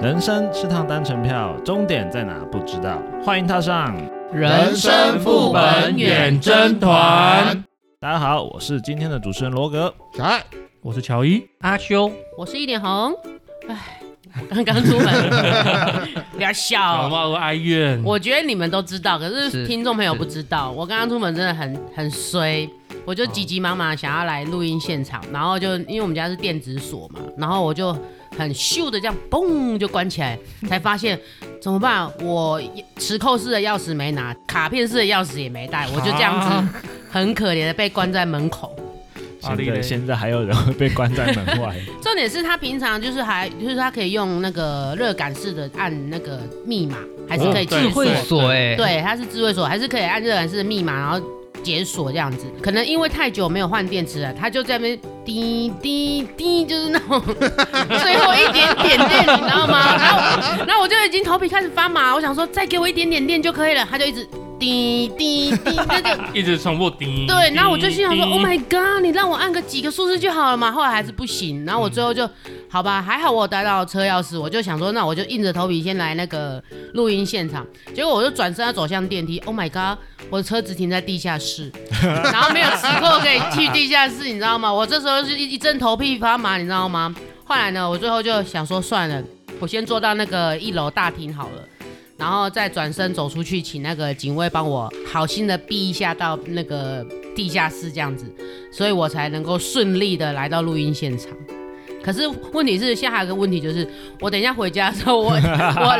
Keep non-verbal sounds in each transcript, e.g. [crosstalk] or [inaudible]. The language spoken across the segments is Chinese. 人生是趟单程票，终点在哪不知道，欢迎踏上。人生副本远征团，大家好，我是今天的主持人罗格。小爱，我是乔伊。阿修，我是一点红，哎，我刚刚出 [laughs] 门，不要老笑。猫哀怨，我觉得你们都知道，可是是听众朋友不知道，我刚刚出门真的很很衰，我就急急忙忙想要来录音现场，然后就因为我们家是电子锁嘛，然后我就很咻的这样嘣就关起来，才发现怎么办？我磁扣式的钥匙没拿，卡片式的钥匙也没带，我就这样啊子很可怜的被关在门口。阿现力在嘞现在还有人会被关在门 [laughs] 外，重点是他平常就是还就是他可以用那个热感式的按那个密码，还是可以哦解对智锁。慧锁哎，对，他是智慧锁，还是可以按热感式的密码，然后解锁这样子。可能因为太久没有换电池了，他就在那边滴滴滴，就是那种最后一点点电，你知道吗？然后我然后我就已经头皮开始发麻，我想说再给我一点点电就可以了，他就一直滴滴滴，那就一直重复滴。对，然后我就心想说滴，Oh my god！你让我按个几个数字就好了嘛。后来还是不行，然后我最后就，好吧，还好我有带到车钥匙，我就想说，那我就硬着头皮先来那个录音现场。结果我就转身要走向电梯，Oh my god！我的车子停在地下室，然后没有磁扣可以去地下室，你知道吗？我这时候是一一阵头皮发麻，你知道吗？后来呢，我最后就想说，算了，我先坐到那个一楼大厅好了。然后再转身走出去，请那个警卫帮我好心的避一下到那个地下室这样子，所以我才能够顺利的来到录音现场。可是问题是，现在还有个问题就是，我等一下回家的时 [laughs] 候，我我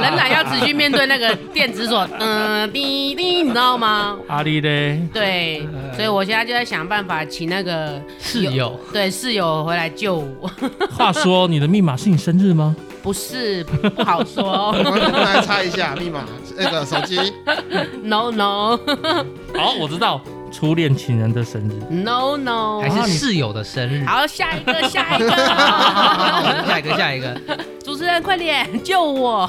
仍然要持续面对那个电子锁， [laughs] 嗯、滴滴，你知道吗？阿力嘞，对，哎所以我现在就在想办法请那个室友对室友回来救我， [laughs] 话说你的密码是你生日吗？不是不好说 [laughs] 我哦们我们来猜一下密码，那个手机， ，no no 哦好，我知道，初恋情人的生日。 no no，还是室友的生日？好，下一个，下一 [laughs] 个，下一个，下一个，主持人快点救我！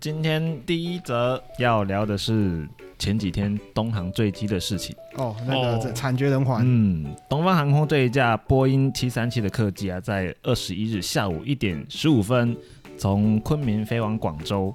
今天第一则要聊的是前几天东航坠机的事情。哦，那个哦这惨绝人寰，嗯，东方航空这一架波音七三七的客机啊，在二十一日下午一点十五分从昆明飞往广州。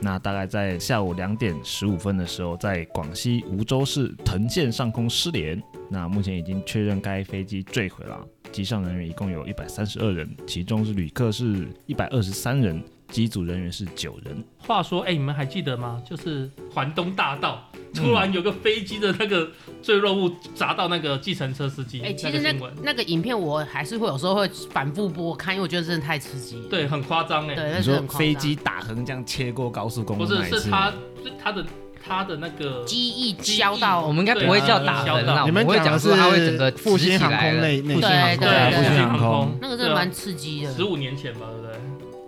那大概在下午两点十五分的时候，在广西梧州市藤县上空失联。那目前已经确认该飞机坠毁了，机上人员一共有一百三十二人，其中是旅客是一百二十三人，机组人员是九人。话说，哎、你们还记得吗？就是环东大道突然有个飞机的那个坠落物砸到那个计程车司机，哎、其那实个那新闻，那个影片我还是会有时候会反复播看，因为我觉得真的太刺激了。对，很夸张哎。对，你那是说很夸张飞机打横这样切过高速公不路是那，一次是吗他，是他的他的那个，机翼机翼交到哦我们应该不会叫打人啦，啊我你们会的讲是说它会整个复直起兴航来空了，内内对线航对空，对复兴航航空空，那个真的蛮刺激的，啊十五年前吧，对不对？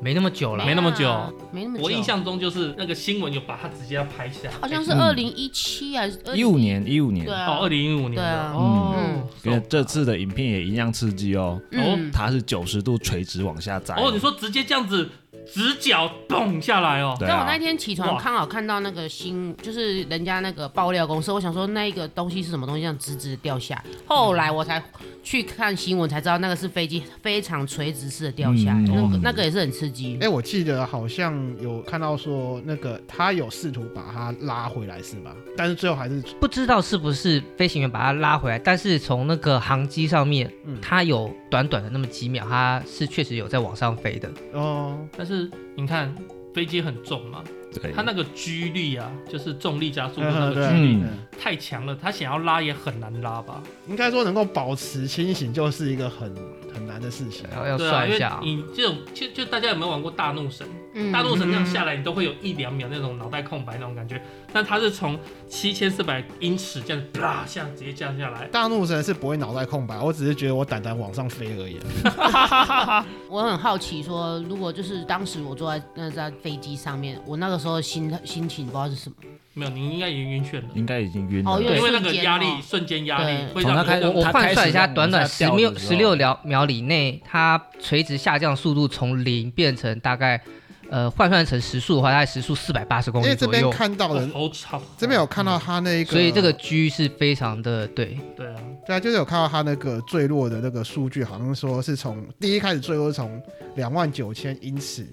没那么久了没。那么久啊，没那么久。我印象中就是那个新闻有把它直接拍下来，好像是嗯二零一七还是一五年，一五年对。哦，啊，二零一五年对的啊哦嗯，因为哦这次的影片也一样刺激哦，嗯，它是九十度垂直往下砸。哦，你说直接这样子直角蹦下来哦，对但我啊那，天起床哇刚好看到那个新，就是人家那个爆料公司，我想说那一个东西是什么东西，这样直直地掉下来。后来我才去看新闻，才知道那个是飞机非常垂直式的掉下来，嗯那个哦那个也是很刺激。哎，我记得好像有看到说那个他有试图把它拉回来是吧？但是最后还是不知道是不是飞行员把它拉回来，但是从那个航机上面嗯，它有短短的那么几秒，它是确实有在往上飞的。哦，但是你看飞机很重嘛，对，它那个 G 力啊，就是重力加速的那嗯个对， G 力嗯嗯太强了，它想要拉也很难拉吧？应该说能够保持清醒就是一个很很难的事情。要要对啊，算因一为下啊，你这种就就大家有没有玩过大怒神？嗯大怒神这样下来，你都会有一两秒那种脑袋空白那种感觉，但它是从七千四百英尺这样子啪下直接降下来，大怒神是不会脑袋空白，我只是觉得我胆胆往上飞而已啊。我很好奇说，如果就是当时我坐在那在飞机上面，我那个时候心心情不知道是什么。没有，你应该也晕眩了。应该已经晕了。哦因对，因为那瞬个间压哦力，瞬间压力对会从让它开你始那个我我它换算一下，开始短短往下掉的十秒时候十六秒秒里内，它垂直下降速度从零变成大概呃换算成时速的话，大概时速四百八十公因里为哎这左边右。哦看到的，好吵，这边有看到他那个，所以这个 G 是非常的对，对啊，对啊，就是有看到他那个坠落的那个数据，好像说是从第一开始坠落是从两万九千英尺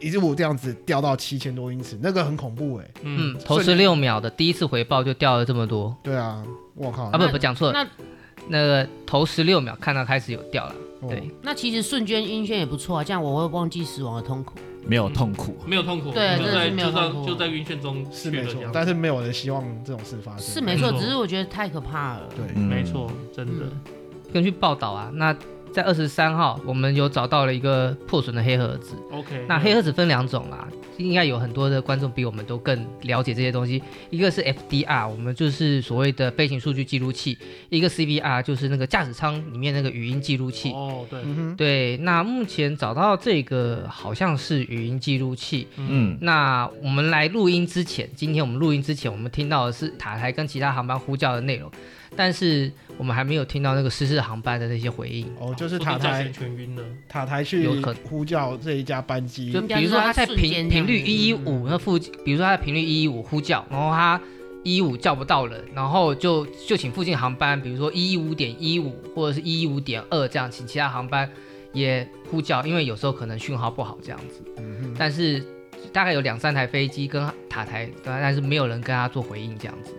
一路这样子掉到七千多英尺，那个很恐怖哎、嗯嗯，，投十六秒的第一次回报就掉了这么多对啊，我靠，啊，不不讲错了，那那个投十六秒看到开始有掉了，哦对，那其实瞬间晕眩也不错啊，这样我会忘记死亡的痛苦。没有痛苦。没有痛苦，对就真的在是没有就痛在苦就在晕眩中是去没了错这，样，但是没有人希望这种事发生，是没错，啊没错只是我觉得太可怕了。对，嗯没错，真的，嗯根据报道啊，那在二十三号我们有找到了一个破损的黑盒子， OK，那黑盒子分两种啦，应该有很多的观众比我们都更了解这些东西。一个是 FDR，我们就是所谓的飞行数据记录器；一个 CVR，就是那个驾驶舱里面那个语音记录器。哦，对，嗯哼，对，那目前找到这个好像是语音记录器。嗯，那我们来录音之前，今天我们录音之前，我们听到的是塔台跟其他航班呼叫的内容，但是我们还没有听到那个失事航班的那些回应。哦，就是说不定塔驾驶台员全晕了，塔台去有可能呼叫这一家班机就，应比该如是说它它在瞬间频这频样率子一一五那附近，比如说它的频率一一五呼叫，然后它一五叫不到人，然后就就请附近航班，比如说一一五点一五或者是一一五点二这样，请其他航班也呼叫，因为有时候可能讯号不好这样子。嗯哼，但是大概有两三台飞机跟塔台，但是没有人跟他做回应这样子。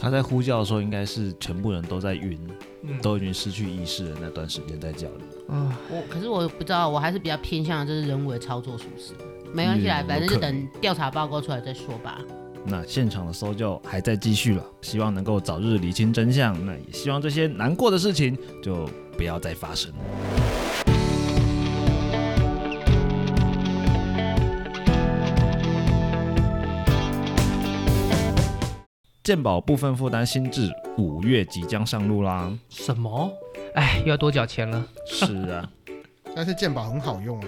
他在呼叫的时候，应该是全部人都在晕，嗯，都已经失去意识的那段时间在叫的。嗯，我可是我不知道，我还是比较偏向就是人为操作属实。没关系啦嗯，反正有可就能等调查报告出来再说 [laughs] 吧。那现场的搜救还在继续了，希望能够早日理清真相。那也希望这些难过的事情就不要再发生。鉴宝部分负担新制五月即将上路啦。什么？哎，又要多缴钱了，是啊，但是鉴宝很好用啊，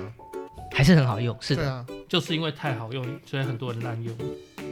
还是很好用，是对的。啊，就是因为太好用，所以很多人滥用，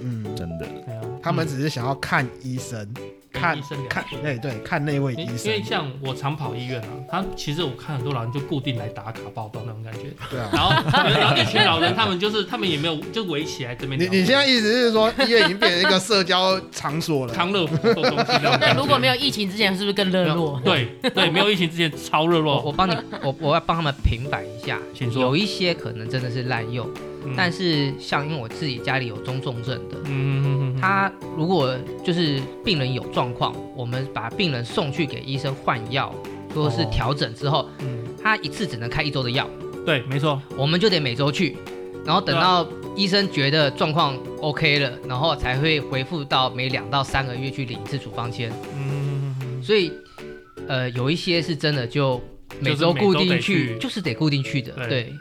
嗯， [laughs] 真的。对啊，他们嗯只是想要看医生，看医生聊看，对对，看那位因医因为生，像我常跑医院啊，他其实我看很多老人就固定来打卡报道那种 [laughs] 感觉，对啊。然后然后一群老人他们就是他们也没有就围起来这边你聊。你现在意思是说医院已经变成一个社交场所了？康乐福做东西那种 [laughs] 感觉，那如果没有疫情之前，是不是更热络？对对，没有疫情之前超热我络，哦我帮你，我我要帮他们平反一下请，说有一些可能真的是滥用，嗯但是像因为我自己家里有中重症的，嗯，他如果就是病人有状况，我们把病人送去给医生换药，或者是哦调整之后，嗯他一次只能开一周的药，对，没错，我们就得每周去，然后等到啊医生觉得状况 OK 了，然后才会回复到每两到三个月去领一次处方签。嗯，所以，呃，有一些是真的就每就是周每固周定得去，去就是得固定去的，对对。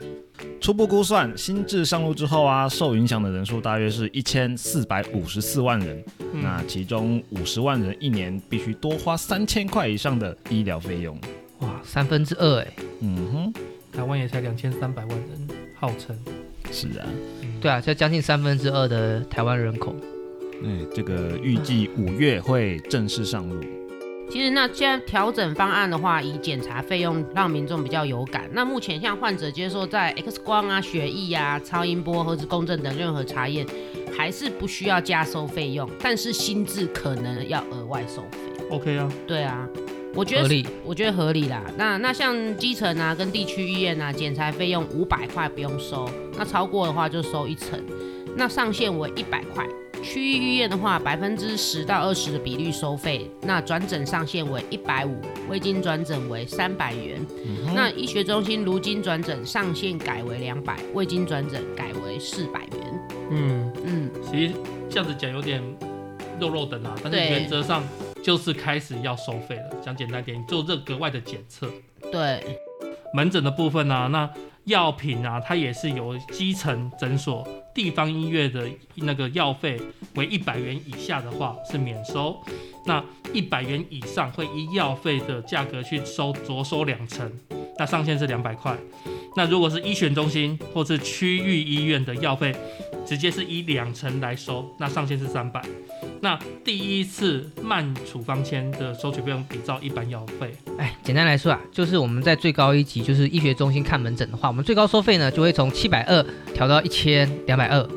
初步估算，新制上路之后啊，受影响的人数大约是一千四百五十四万人。嗯那其中五十万人一年必须多花三千块以上的医疗费用。哇，三分之欸二哎，嗯哼，台湾也才两千三百万人，号称，是啊，对啊，就将近三分之二的台湾人口。对，哎这个预计五月会正式上路。其实那现在调整方案的话，以检查费用让民众比较有感。那目前像患者接受在 X 光啊、血液啊、超音波、核磁共振等任何查验，还是不需要加收费用，但是心智可能要额外收费。 ，OK 啊，对啊，我觉合得理，我觉得合理啦。那那像基层啊、跟地区医院啊，检查费用五百块不用收，那超过的话就收一成，那上限为一百块。区域医院的话，百分之十到二十的比率收费，那转诊上限为一百五，未经转诊为三百元。嗯那医学中心如今转诊上限改为两百，未经转诊改为四百元。嗯，嗯，其实这样子讲有点肉肉等啊，但是对原则上就是开始要收费了。讲简单点，你做这格外的检测，对，门诊的部分呢、那药品啊，它也是由基层诊所、地方医院的那个药费为一百元以下的话是免收，那一百元以上会依药费的价格去收着收两成，那上限是两百块。那如果是医选中心或是区域医院的药费，直接是以两成来收，那上限是三百。那第一次慢处方签的收取费用比照一般药费，哎，简单来说啊，就是我们在最高一级，就是医学中心看门诊的话，我们最高收费呢就会从七百二调到一千两百二。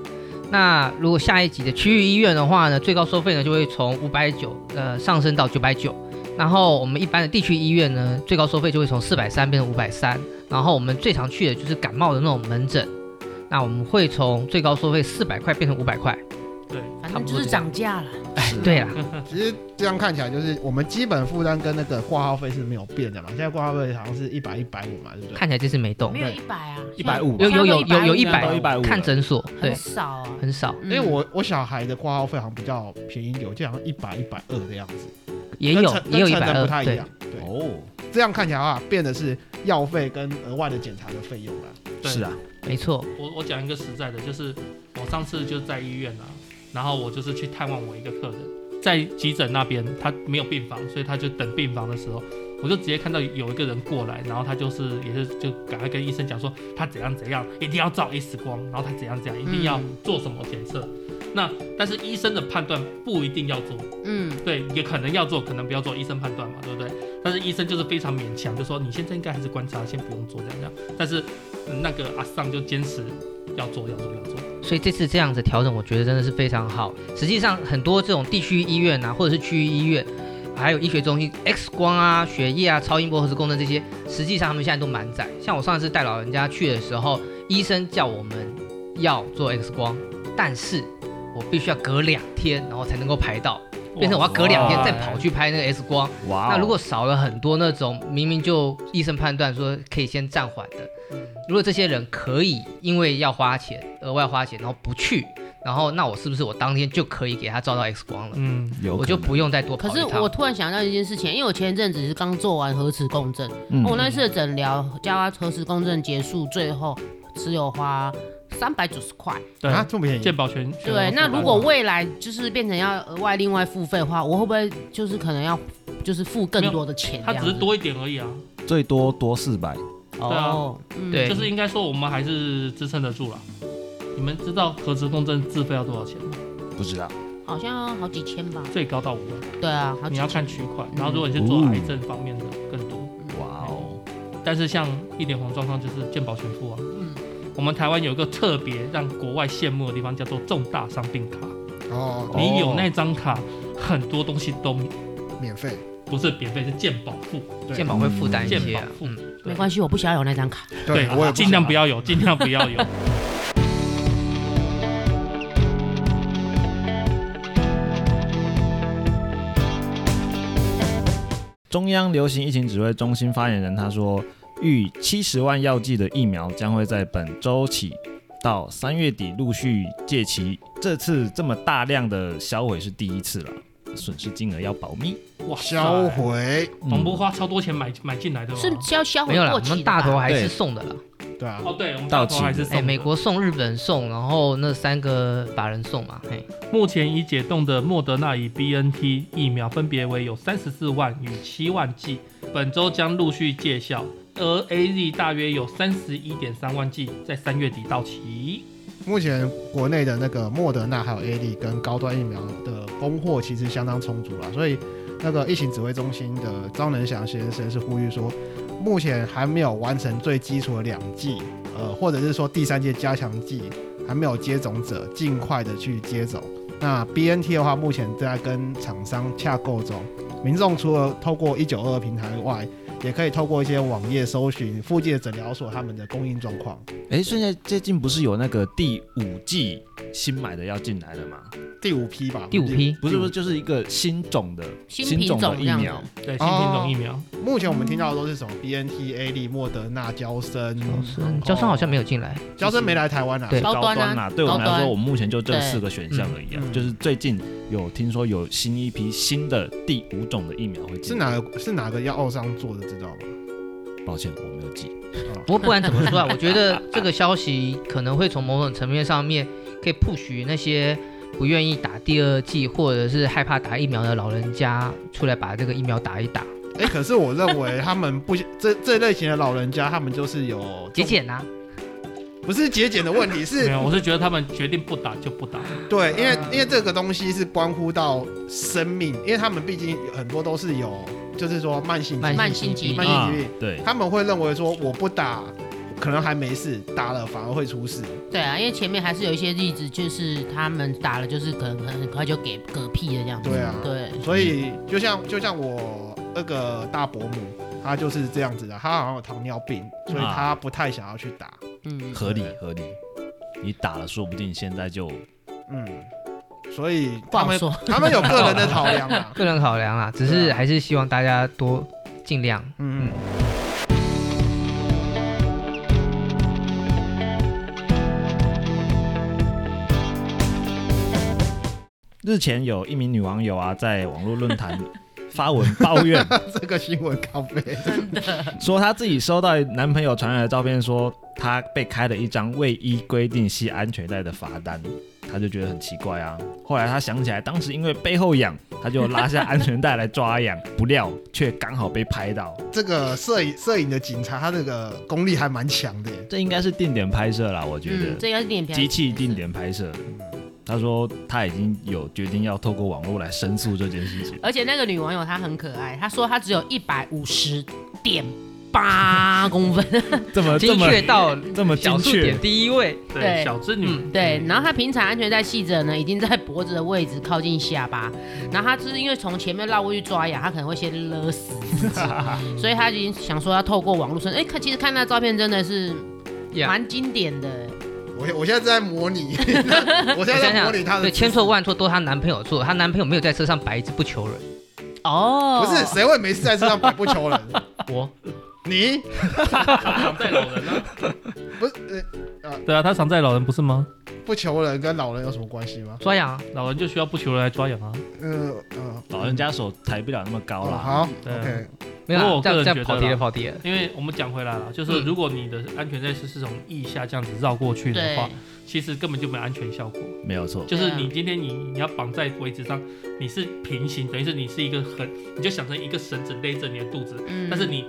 那如果下一级的区域医院的话呢，最高收费呢就会从五百九呃上升到九百九。然后我们一般的地区医院呢，最高收费就会从四百三变成五百三。然后我们最常去的就是感冒的那种门诊，那我们会从最高收费四百块变成五百块。对，反正就是涨价了。对啦，其实这样看起来，就是我们基本负担跟那个挂号费是没有变的嘛。现在挂号费好像是一百一百五嘛，对不对？看起来就是没动没，有一百啊， 150有有有有有一现在百都150了看诊所，对很，少啊。很少，因因为我我小孩的挂号费好像比较便宜一点，我记得好像一百一百二的样子，也有跟成也有跟一成百人二不，太一对样。对，哦，这样看起来的话，变的是药费跟额外的检查的费用啦。对是啊，没错，我我讲一个实在的，就是我上次就在医院啊，然后我就是去探望我一个客人，在急诊那边他没有病房，所以他就等病房的时候，我就直接看到有一个人过来，然后他就是也是就赶快跟医生讲说他怎样怎样，一定要照 X 光，然后他怎样怎样，一定要嗯做什么检测。那但是医生的判断不一定要做，嗯，对，也可能要做，可能不要做，医生判断嘛，对不对？但是医生就是非常勉强，就说你现在应该还是观察，先不用做这样这样。但是、嗯那个阿尚就坚持要做，要做，要做。所以这次这样子调整，我觉得真的是非常好。实际上，很多这种地区医院啊，或者是区域医院，还有医学中心，X 光啊、血液啊、超音波核磁共振这些，实际上他们现在都满载。像我上次带老人家去的时候，医生叫我们要做 X 光，但是我必须要隔两天，然后才能够排到，变成我要隔两天再跑去拍那个 X 光。哇哦，那如果少了很多那种明明就医生判断说可以先暂缓的，如果这些人可以因为要花钱额外花钱，然后不去，然后那我是不是我当天就可以给他照到 X 光了？嗯，有我就可能不用再多跑可一是趟。我突然想到一件事情，因为我前一阵子是刚做完核磁共振，嗯哦我那次的诊疗加完核磁共振结束，最后只有花三百九十块。对，啊，这么便宜？健保全对，那如果未来就是变成要额外另外付费的话，我会不会就是可能要就是付更多的钱这他样只子？是多一点而已啊，最多多四百，对啊哦，嗯对就是应该说我们还是支撑得住了。你们知道核磁共振自费要多少钱吗？不啊知道好像好几千吧。最高到五万，对啊，好你几要千。看区块，然后如果你是做癌症方面的更多。哇哦，但是像一脸红状况就是健保全付啊。嗯我们台湾有一个特别让国外羡慕的地方，叫做重大伤病卡。哦，你有那张卡，很多东西都免费。不是免费，是健保付。对健保会负担一些、啊健保，负嗯，对没关系，我不想要有那张卡。对，啊我也尽量不要。要有，尽量不 [laughs] 要有。中央流行疫情指挥中心发言人他说，逾七十万药剂的疫苗将会在本周起到三月底陆续借齐。这次这么大量的销毁是第一次了，损失金额要保密。哇塞，销毁，我们不花超多钱买买进来的吗？哦是要销没毁有啦，哦过我期的们大头吧还对是送的啦。对啊，哦，对，我们到到期头还是送哎，的美国送、日本送，然后那三个法人送嘛，嘿，目前已解冻的莫德纳与 B N T 疫苗分别为有三十四万与七万剂，本周将陆续见效。而 A Z 大约有三十一点三万剂在三月底到期。目前国内的那个莫德纳还有 A 利跟高端疫苗的供货其实相当充足了，所以那个疫情指挥中心的张仁祥先生是呼吁说，目前还没有完成最基础的两剂，呃，或者是说第三剂加强剂还没有接种者，尽快的去接种。那 B N T 的话，目前正在跟厂商洽购中，民众除了透过一九二平台外，也可以透过一些网页搜寻附近的诊疗所他们的供应状况。哎，现在最近不是有那个第五季新买的要进来了吗？第五批吧，第五批不是不是，就是一个新种的新品种的这疫样苗子。对，新品种疫苗，目前我们听到的都是什么 BNT、A 利、莫德纳、交生，哦交嗯商好像没有，有进来，交生没来台湾啊。对高端啊啦、对我们来高说，端我们目前就这四个选项而已啊对。嗯就是最近有听说有新一批新的第五种的疫苗会进，是？哪个是哪个药商做的，知啊道 [laughs] 吗？抱歉，我没有记。不过不管怎么说啊，我觉得这个消息可能会从某种层面上面可以 push 那些不愿意打第二剂或者是害怕打疫苗的老人家出来把这个疫苗打一打，哎，可是我认为他们不这这类型的老人家，他们就是有节俭啊，不是节俭的问题，是没有，我是觉得他们决定不打就不打。对，因为因为这个东西是关乎到生命，因为他们毕竟很多都是有，就是说慢性疾病，慢性疾病慢性疾病，啊对，他们会认为说我不打可能还没事，打了反而会出事。对啊，因为前面还是有一些例子，就是他们打了，就是可能很很快就给嗝屁的这样子。对啊对，所以就像就像我那个大伯母，她就是这样子的，她好像有糖尿病，所以啊她不太想要去打。嗯，合理合理。你打了，说不定现在就嗯，所以不他好们说。他们有个人的考量 [laughs] 啊。个人考量啊，只对是啊还是希望大家多尽量。嗯，日前有一名女网友啊，在网络论坛发文抱怨，这个新闻咖啡，说她自己收到男朋友传来的照片，说她被开了一张未依规定系安全带的罚单，她就觉得很奇怪啊。后来她想起来，当时因为背后痒，她就拉下安全带来抓痒，不料却刚好被拍到。 [laughs] 这个摄影摄影的警察，他这个功力还蛮强的耶。欸这应该是定点拍摄啦，我觉得。嗯，这应该是点评。机器定点拍摄。他说他已经有决定要透过网络来申诉这件事 [laughs] 情。而且那个女网友她很可爱，她说她只有一百五十点八公 [laughs] 分，这呃么这精么确到这么精小数确点，第一位，对，对小织女，嗯对。然后她平常安全带系着呢，已经在脖子的位置靠近下巴。嗯然后她就是因为从前面绕过去抓痒，她可能会先勒死自 [laughs] 己，所以她已经想说要透过网络申。哎、看其实看那照片真的是 Yeah 蛮经典的。我我现在在模拟，我现在想在想模拟他的对，千错万错都是她男朋友做的，她男朋友没有在车上摆一只不求人。哦，不是谁会没事在车上摆不求人？嗯我你常在老人啊。不是 [laughs] 对啊，他常在老人不是吗？呃不求人跟老人有什么关系吗？抓痒啊，老人就需要不求人来抓痒啊。嗯嗯，呃老人家手抬不了那么高哦啦。嗯好对啊，OK，没有不过啊我这个人样这样觉得跑题啦了，跑题了。因为我们讲回来了，就是嗯如果你的安全带是是从腋下这样子绕过去的话对，，其实根本就没有安全效果。没有错，就是对啊你今天你你要绑在位置上，你是平行，等于是你是一个很，你就想成一个绳子勒着你的肚子，嗯但是你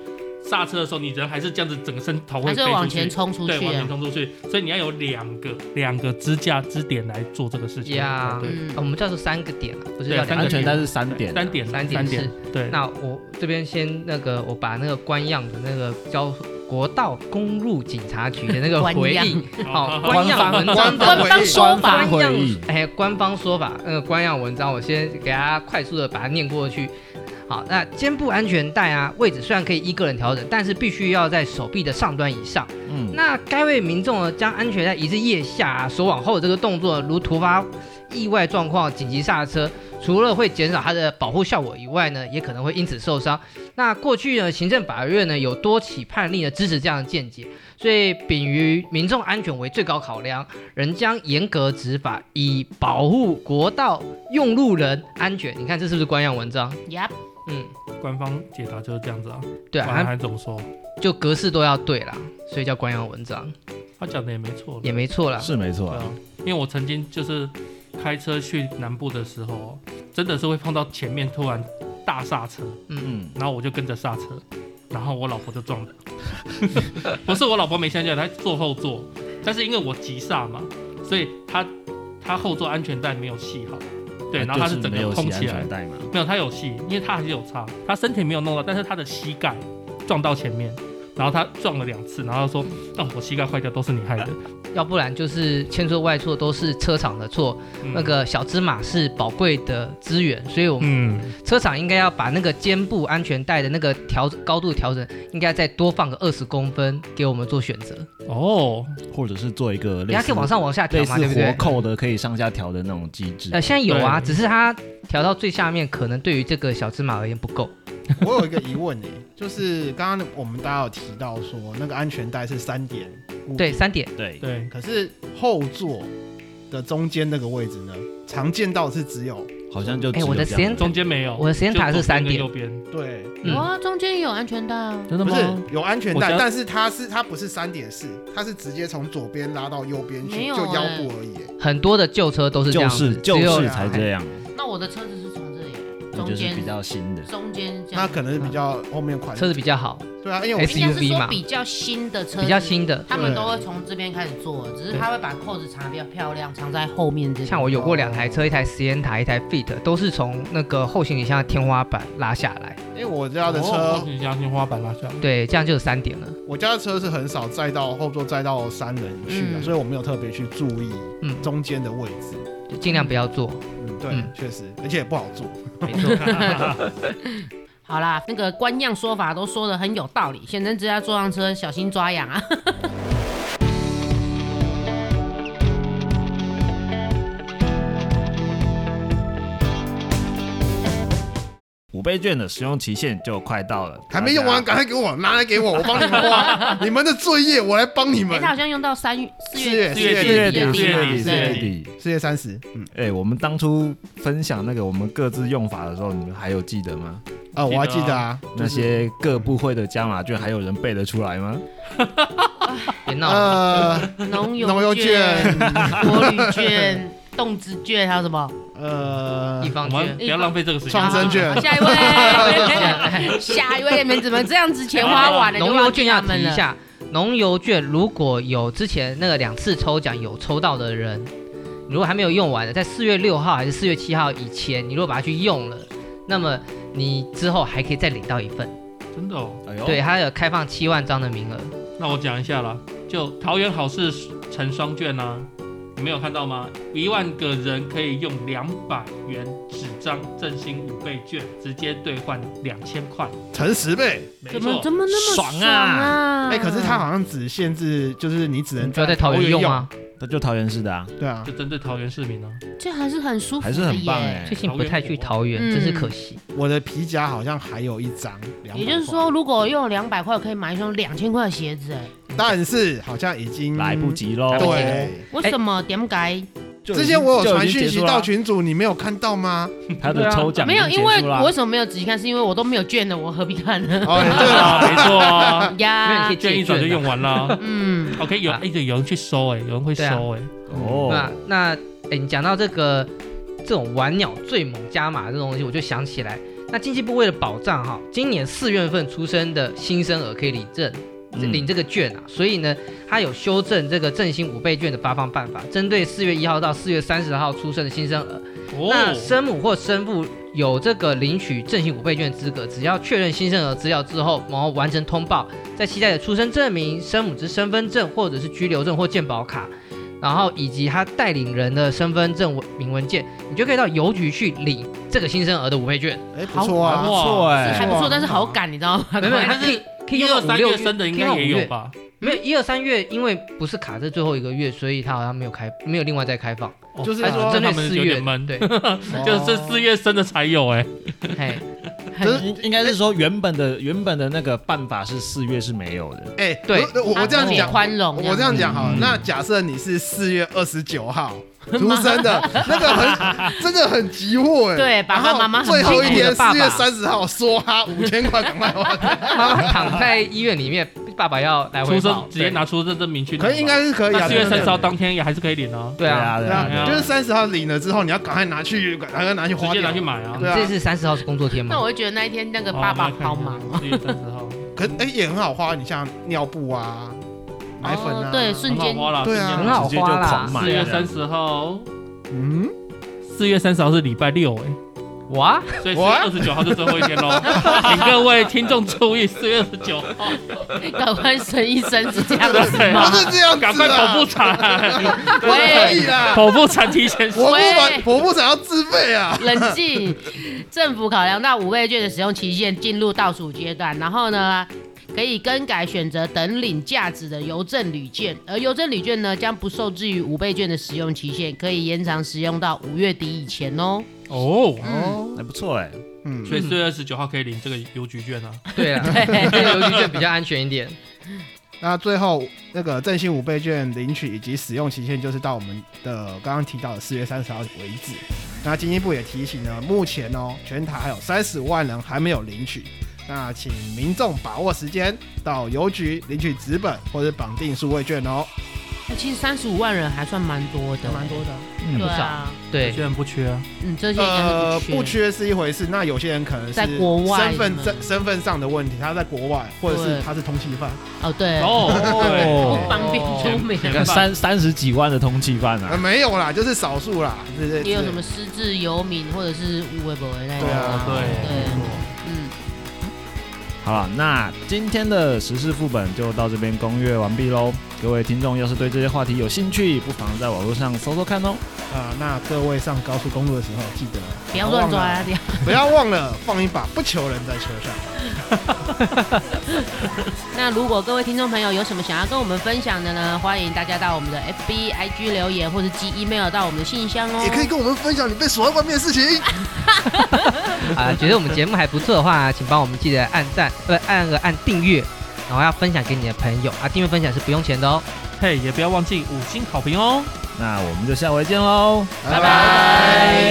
刹车的时候，你人还是这样子，整个身头会还飞是出会去，往前冲出对，去往前啊。冲出去，所以你要有两个两个支架支点来做这个事情。呀对，啊我们叫做三个点啊，不是对叫三个安全带点是嗯三点，三点啊三三点是点，。对，那我这边先那个，我把那个官样的那个交国道公路警察局的那个官回样应，好，哦官官样文章官的方官方说法官方回忆哎，官方说法，那个官样文章，我先给大家快速的把它念过去。好，那肩部安全带啊，位置虽然可以依个人调整，但是必须要在手臂的上端以上。嗯，那该位民众呢，将安全带移至腋下、啊，手往后这个动作，如突发意外状况紧急刹车，除了会减少它的保护效果以外呢，也可能会因此受伤。那过去呢，行政法院呢有多起判例呢支持这样的见解，所以秉于民众安全为最高考量，仍将严格执法，以保护国道用路人安全。你看这是不是官样文章？呀，嗯，官方解答就是这样子啊，对不然啊，还怎么说？就格式都要对啦，所以叫官样文章他讲的也没错，也没错啦。是没错对啊啊。，因为我曾经就是开车去南部的时候，真的是会碰到前面突然大刹车，嗯，嗯，然后我就跟着刹车，然后我老婆就撞了。 [laughs] 不是我老婆没想起来，她坐后座，但是因为我急刹嘛，所以她她后座安全带没有系好，对，然后她就是整没个有系空起安来全，带嘛。没有她有系，因为她还是有擦，她身体没有弄到，但是她的膝盖撞到前面。然后她撞了两次，然后她说：“哦，我膝盖坏掉都是你害的。要不然就是千错万错都是车厂的错。嗯那，个小芝麻是宝贵的资源，所以我们嗯，车厂应该要把那个肩部安全带的那个调高度调整，应该再多放个二十公分给我们做选择。哦，或者是做一个你类还似可以往上往下调类嘛，似对不活对？扣的，可以上下调的那种机制呃，。现在有啊，对只是它调到最下面，可能对于这个小芝麻而言不够。我有一个疑问呢，就是刚刚我们大家有提到说那个安全带是三点，嗯对，，三点，对，对，可是后座的中间那个位置呢，常见到是只有好像就只哎有我的这时样间中间没有，我的时间塔是就左三边跟点右边，对，有嗯，啊，中间有安全带啊。真的不吗？是有安全我带，家但是它是它不是三点四，它是直接从左边拉到右边去，没有就腰欸部而已欸。很多的旧车都是这就样子是，就只有是才这样，那我的车子是从这里，那中就是间比较新的。中间这样嗯那，可能是比较后面款车子比较好，对啊，因为我 S- 应该是 SUV 说嘛比较新的车，比较，新的。他们都会从这边开始做，只是他会把扣子藏得比较漂亮，藏在后面这边。像我有过两台车，一台实验塔，一台 Fit，都是从那个后行李箱的天花板拉下来。因为我家的哦车，你家天花板拉下来，对，这样就有三点了。我家的车是很少载到后座载到三人去的，嗯所以我没有特别去注意嗯，中间的位置。就尽量不要坐。嗯，嗯对，确实，而且也不好坐。没错，好啦，那个官样说法都说的很有道理，显然只要坐上车小心抓痒啊。五倍券的使用期限就快到了，还没用完，大赶快给我拿来给我，我帮你们 [laughs] 花。你们的作业我来帮你哎、们他。好像用到三月、四四月月家。四月底，四底、四月底，底四对月底。四月三十，嗯，哎、我们当初分享那个我们各自用法的时候，你们还有记得吗？啊，我还记得啊，那些各部会的加码券，还有人背得出来吗？别闹了。呃，农农游游券券、国旅券、动植券，还有什么？呃地，我方们券不，要浪费这个时间创。生券好下一位，下一位，你们怎么这样子钱花完了？哎农就游忘记券要提他们一了。下，农游券如果有之前那个两次抽奖有抽到的人，你如果还没有用完的，在四月六号还是四月七号以前，你如果把它去用了，那么你之后还可以再领到一份。真的哦，哎呦，对，它有开放七万张的名额。那我讲一下啦，就桃园好事成双券啊，你没有看到吗？一万个人可以用两百元纸张振兴五倍券，直接兑换两千块，乘十倍。没怎么错。怎么那么爽啊啊？哎，可是嗯它好像只限制，就是你只能就要在桃园用啊，那就桃园市的啊，对啊，就针对桃园市民啊，这还是很舒服的还耶，是很棒哎、最近不太去桃园，嗯真是可惜。我的皮夹好像还有一张，200也就是说，如果用两百块可以买一双两千块的鞋子，哎，块，但是好像已经来不。及喽。对，为什么点改？哎就已经，之前嗯我有传就讯已经息结束了到啊群主，你没有看到吗？他的抽奖没有，已因经为结束了我为什么没有仔细看？是因为我都没有券的，我何必看呢？哦，对了，啊，没错啊，没有你呀可以，券一啊早就用完 [laughs] 了。嗯， OK，有啊哎，对，有人去收哎，有人会对啊收哎，嗯哦，啊那那哎、你讲到这个这种玩鸟最猛加码这种东西，我就想起来，那经济部为了保障哈，今年四月份出生的新生儿可以领证。嗯领这个券啊，所以呢，它有修正这个振兴五倍券的发放办法，针对四月一号到四月三十号出生的新生儿，那哦，生母或生父有这个领取振兴五倍券的资格，只要确认新生儿资料之后，然后完成通报，在期待的出生证明、生母之身份证或者是居留证或健保卡，然后以及他带领人的身份证文明文件，你就可以到邮局去领这个新生儿的五倍券。哎，不错啊，不错哎、还不错，欸但是好赶，你知道吗？没有，没有它还可以是可以一用到二五三六月月生的应该也有？可以吧？用到五月没有，一二三月因为不是卡在最后一个月，所以它好像没有开，没有另外再开放，哦就是它看是说来针他对们四有月点。闷，对，哦啊就是这四月生的才有哎。嘿，就是应应该是说原本的原本的那个办法是四月是没有的，哎，对我我我这样他讲也。宽容，我这样讲好了嗯，那假设你是四月二十九 [laughs] 号出生的，那个很真的很急迫哎。对爸爸然后妈妈很最后一辛苦天的爸爸四月三十号说哈五千块赶快花掉，妈妈 [laughs] 躺在医院里面，爸爸要来回出跑生直接拿出生证明去领吧，可以应该是可以啊。那四月对三对十号当天也还是可以领啊，对啊，对对啊，对啊啊，就是三十号领了之后，你要赶快拿去，赶快拿去直花接拿掉去。买啊你。对啊这次三十号是工作天那吗？我就觉得那一天那个爸爸好忙哦。四月三十号，可哎也很好花，你像尿布啊、奶粉啊，哦对瞬很好花啦，对啊很好直接就花啦狂买四月这三样十号，嗯，四月三十号是礼拜六哎，哇，所以四月哇二十九号是最后一天喽，请各位听众注意，四月二十九号，赶快生一生是这 [laughs] 样的事对吗啊不？是这样子啊，赶快跑步产，可以喂，啦，跑步产提前我不喂买，我不想要自费啊。 [laughs] 冷静。政府考量到五倍券的使用期限进入倒数阶段，然后呢，可以更改选择等领价值的邮政旅券，而邮政旅券呢将不受制于五倍券的使用期限，可以延长使用到五月底以前哦。哦。嗯，还不错哎、嗯所以四月二十九号可以领这个邮局券啊， [laughs] 对啊，这个邮局券比较安全一点。那最后那个振兴五倍券领取以及使用期限就是到我们的刚刚提到的四月三十号为止。那经济部也提醒呢，目前哦，全台还有三十五万人还没有领取。那请民众把握时间到邮局领取纸本或者绑定数位券哦。哎、其实三十五万人还算蛮多的，蛮多的啊。嗯对啊，有对些人不缺啊，嗯，这些应该呃，是不缺是一回事，那有些人可能是在国外身份呢证身份上的问题，他在国外，或者对是他是通缉犯，哦，对，哦，不哦，方便出门。那三三十几万的通缉犯呃，啊，没有啦，就是少数啦，对对。也有对什么失智游民或者是无微博的那种对啊，啊，哦对对，嗯，好了，那今天的时事副本就到这边攻略完毕喽。各位听众要是对这些话题有兴趣，不妨在网络上搜搜看哦。啊、那各位上高速公路的时候，记得不要乱抓忘了啊，这样 [laughs] 不要忘了放一把不求人在车上。那如果各位听众朋友有什么想要跟我们分享的呢，欢迎大家到我们的 FB、IG 留言，或者寄 email 到我们的信箱哦。也可以跟我们分享你被锁在外面的事情。啊、觉得我们节目还不错的话，请帮我们记得按赞，不、按个按订阅，然后要分享给你的朋友啊，订阅分享是不用钱的哦。嘿，也不要忘记五星好评哦。那我们就下回见喽。拜拜。